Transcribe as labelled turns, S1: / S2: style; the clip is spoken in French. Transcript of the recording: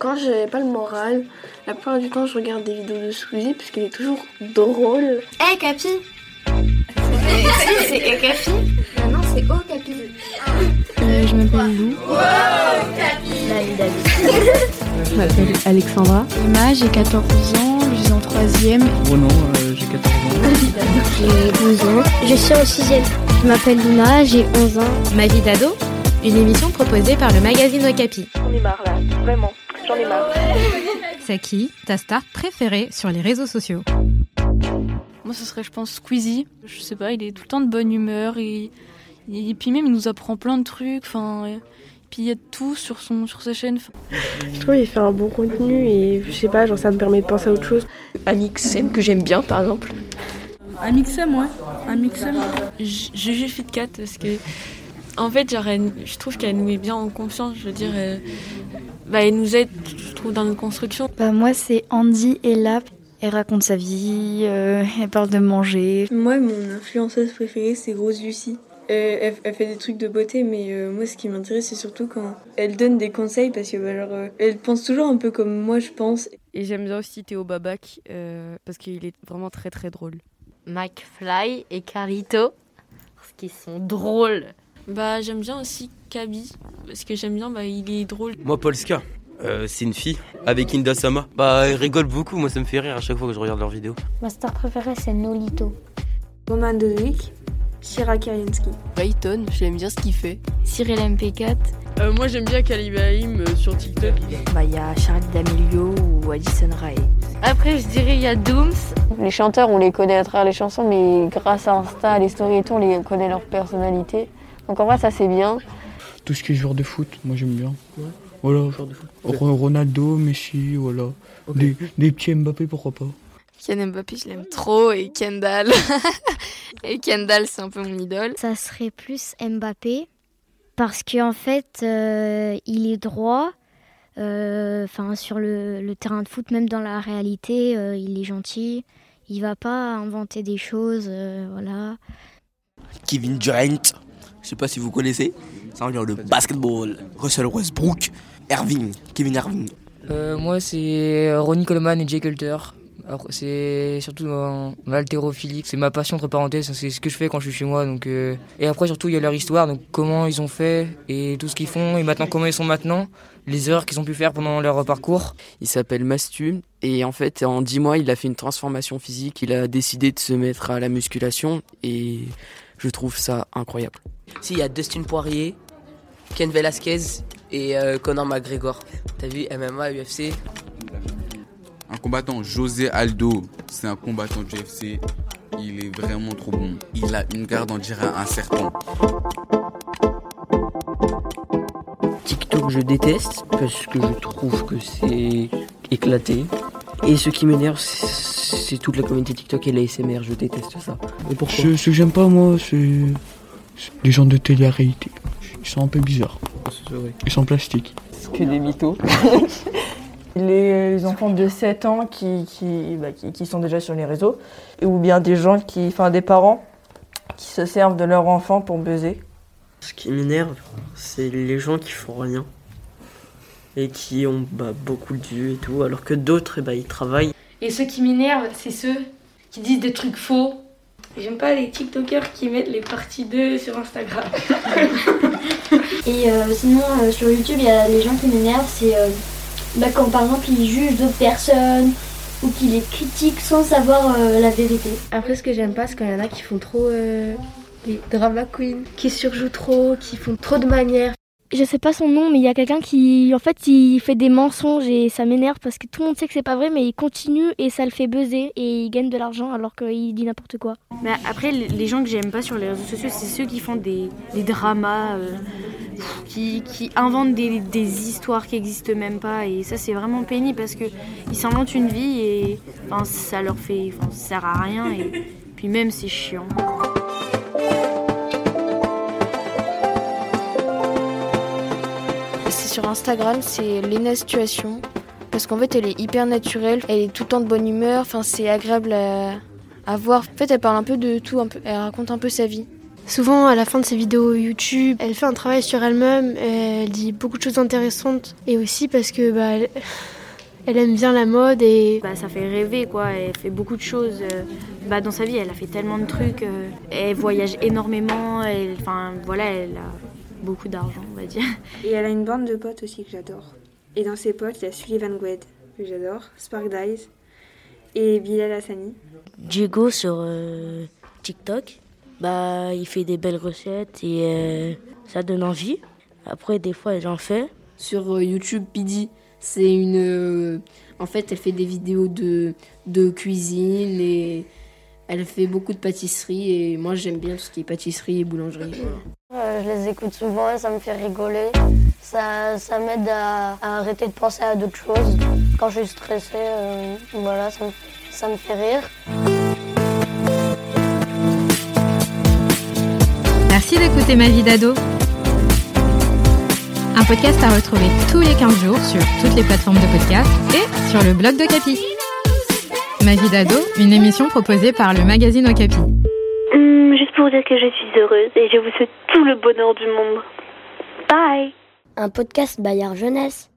S1: Quand j'avais pas le moral, la plupart du temps je regarde des vidéos de Squeezie parce qu'il est toujours drôle.
S2: Eh Capi C'est Eh Capi Ah non, c'est Oh Capi
S3: je m'appelle Lou.
S4: Je m'appelle Alexandra.
S3: Emma, j'ai 14 ans, je suis en 3ème.
S5: Ronan, euh, j'ai 14 ans.
S6: J'ai 12 ans. Je suis en 6ème. Je m'appelle Luna, j'ai 11 ans.
S7: Ma vie d'ado, une émission proposée par le magazine Okapi.
S8: J'en ai marre là, vraiment, j'en ai marre.
S7: C'est qui ta star préférée sur les réseaux sociaux
S9: Moi, ce serait, je pense, Squeezie. Je sais pas, il est tout le temps de bonne humeur et, et puis même il nous apprend plein de trucs. Enfin, et puis il y a tout sur son sur sa chaîne.
S1: Je trouve qu'il fait un bon contenu et je sais pas, genre ça me permet de penser à autre chose.
S10: Amixem que j'aime bien par exemple.
S11: Amixem, ouais. Amixem.
S12: Juju Fitcat parce que en fait, genre, elle- je trouve qu'elle nous met bien en confiance. Je veux dire, elle, bah, elle nous aide, je trouve, dans notre construction.
S3: Bah, moi, c'est Andy et là. Elle raconte sa vie, euh, elle parle de manger.
S13: Moi, mon influenceuse préférée, c'est Rose Lucie. Euh, elle, elle fait des trucs de beauté, mais euh, moi, ce qui m'intéresse, c'est surtout quand elle donne des conseils parce que, bah, genre, euh, elle pense toujours un peu comme moi, je pense.
S14: Et j'aime bien aussi Théo Babac euh, parce qu'il est vraiment très très drôle.
S15: McFly et Carlito, parce qu'ils sont drôles.
S8: Bah, j'aime bien aussi Kaby parce que j'aime bien, bah, il est drôle.
S16: Moi, Polska, euh, c'est une fille avec Inda Sama. Bah, elle rigole beaucoup. Moi, ça me fait rire à chaque fois que je regarde leurs vidéos.
S6: Ma star préférée, c'est Nolito.
S11: Roman Dodovic. Shira Kalinski.
S10: Python, j'aime bien ce qu'il fait.
S2: Cyril MP4.
S14: Euh, moi j'aime bien Calibaïm sur TikTok.
S10: Bah il y a Charlie D'Amelio ou Addison Rae.
S15: Après, je dirais il y a Dooms. Les chanteurs, on les connaît à travers les chansons, mais grâce à Insta, les stories et tout, on les connaît leur personnalité. Donc en vrai, ça c'est bien.
S5: Tout ce qui est joueur de foot, moi j'aime bien. Voilà, Ro- Ronaldo, Messi, voilà. Des, des petits Mbappé, pourquoi pas.
S17: Ken Mbappé, je l'aime trop et Kendall. et Kendall, c'est un peu mon idole.
S6: Ça serait plus Mbappé parce qu'en fait, euh, il est droit. euh, Enfin, sur le, le terrain de foot, même dans la réalité, euh, il est gentil. Il va pas inventer des choses, euh, voilà.
S18: Kevin Durant, je sais pas si vous connaissez, c'est un joueur de basketball. Russell Westbrook, Irving, Kevin Irving.
S19: Euh, moi, c'est Ronnie Coleman et Jake Hunter. Alors, C'est surtout mon, mon haltérophilie. C'est ma passion, entre parenthèses. C'est ce que je fais quand je suis chez moi. Donc, euh, Et après, surtout, il y a leur histoire. Donc, comment ils ont fait et tout ce qu'ils font. Et maintenant, comment ils sont maintenant. Les erreurs qu'ils ont pu faire pendant leur parcours.
S20: Il s'appelle Mastu et en fait en 10 mois il a fait une transformation physique, il a décidé de se mettre à la musculation et je trouve ça incroyable.
S11: Si, il y a Dustin Poirier, Ken Velasquez et euh, Conor McGregor. T'as vu, MMA, UFC.
S9: Un combattant, José Aldo, c'est un combattant du UFC. Il est vraiment trop bon. Il a une garde, on dirait un serpent.
S1: TikTok, je déteste parce que je trouve que c'est éclaté. Et ce qui m'énerve, c'est- c'est toute la communauté TikTok et l'ASMR, je déteste ça. Et pourquoi
S5: Ce, ce que j'aime pas, moi, c'est c'est les gens de télé-réalité. Ils sont un peu bizarres. Ils sont plastiques.
S21: que des mythos. les enfants de 7 ans qui, qui, bah, qui, qui sont déjà sur les réseaux, et ou bien des gens qui, enfin des parents qui se servent de leurs enfants pour baiser.
S1: Ce qui m'énerve, c'est les gens qui font rien. Et qui ont bah, beaucoup de vues et tout, alors que d'autres, eh bah, ils travaillent.
S22: Et ceux qui m'énervent, c'est ceux qui disent des trucs faux. J'aime pas les TikTokers qui mettent les parties 2 sur Instagram.
S23: Et euh, sinon, euh, sur YouTube, il y a les gens qui m'énervent, c'est euh, bah, quand par exemple ils jugent d'autres personnes ou qu'ils les critiquent sans savoir euh, la vérité.
S24: Après, ce que j'aime pas, c'est quand il y en a qui font trop euh, les drama queens, qui surjouent trop, qui font trop de manières.
S6: Je sais pas son nom, mais il y a quelqu'un qui, en fait, il fait des mensonges et ça m'énerve parce que tout le monde sait que c'est pas vrai, mais il continue et ça le fait buzzer et il gagne de l'argent alors qu'il dit n'importe quoi.
S25: Mais après, les les gens que j'aime pas sur les réseaux sociaux, c'est ceux qui font des, des dramas, euh, pff, qui, qui inventent des, des histoires qui existent même pas. Et ça, c'est vraiment pénible parce que ils s'inventent une vie et enfin, ça leur fait. Enfin, ça sert à rien. Et puis même, c'est chiant.
S26: C'est sur Instagram, c'est Lena Situation. Parce qu'en fait, elle est hyper naturelle, elle est tout le temps de bonne humeur, enfin, c'est agréable à, à voir. En fait, elle parle un peu de tout, un peu- elle raconte un peu sa vie.
S6: Souvent, à la fin de ses vidéos YouTube, elle fait un travail sur elle-même, et elle dit beaucoup de choses intéressantes. Et aussi parce que bah, elle- elle aime bien la mode et
S25: Bah, ça fait rêver quoi, elle fait beaucoup de choses. euh, Bah, dans sa vie, elle a fait tellement de trucs. euh, Elle voyage énormément, elle- enfin voilà, elle a beaucoup d'argent, on va dire.
S27: Et elle a une bande de potes aussi que j'adore. Et dans ses potes, il y a Sullivan Gwed, que j'adore, Spark Dies, et Bilal Hassani.
S28: Diego sur euh, TikTok, bah, il fait des belles recettes et euh, ça donne envie. Après, des fois, j'en fais.
S13: Sur euh, YouTube, Pidi, c'est une. euh, en fait, elle fait des vidéos de, de cuisine et elle fait beaucoup de pâtisserie. Et moi, j'aime bien tout ce qui est pâtisserie et boulangerie.
S29: Euh, je les écoute souvent et ça me fait rigoler.
S23: Ça, ça m'aide à, à arrêter de penser à d'autres choses. Quand je suis stressée, euh, voilà, ça me, ça me fait rire.
S8: Merci d'écouter Ma vie d'ado. Un podcast à retrouver tous les 15 jours sur toutes les plateformes de podcast et sur le blog de Capi. Ma vie d'ado, une émission proposée par le magazine Okapi.
S30: juste pour dire que je suis heureuse et je vous souhaite tout le bonheur du monde. Bye
S23: Un podcast Bayard Jeunesse.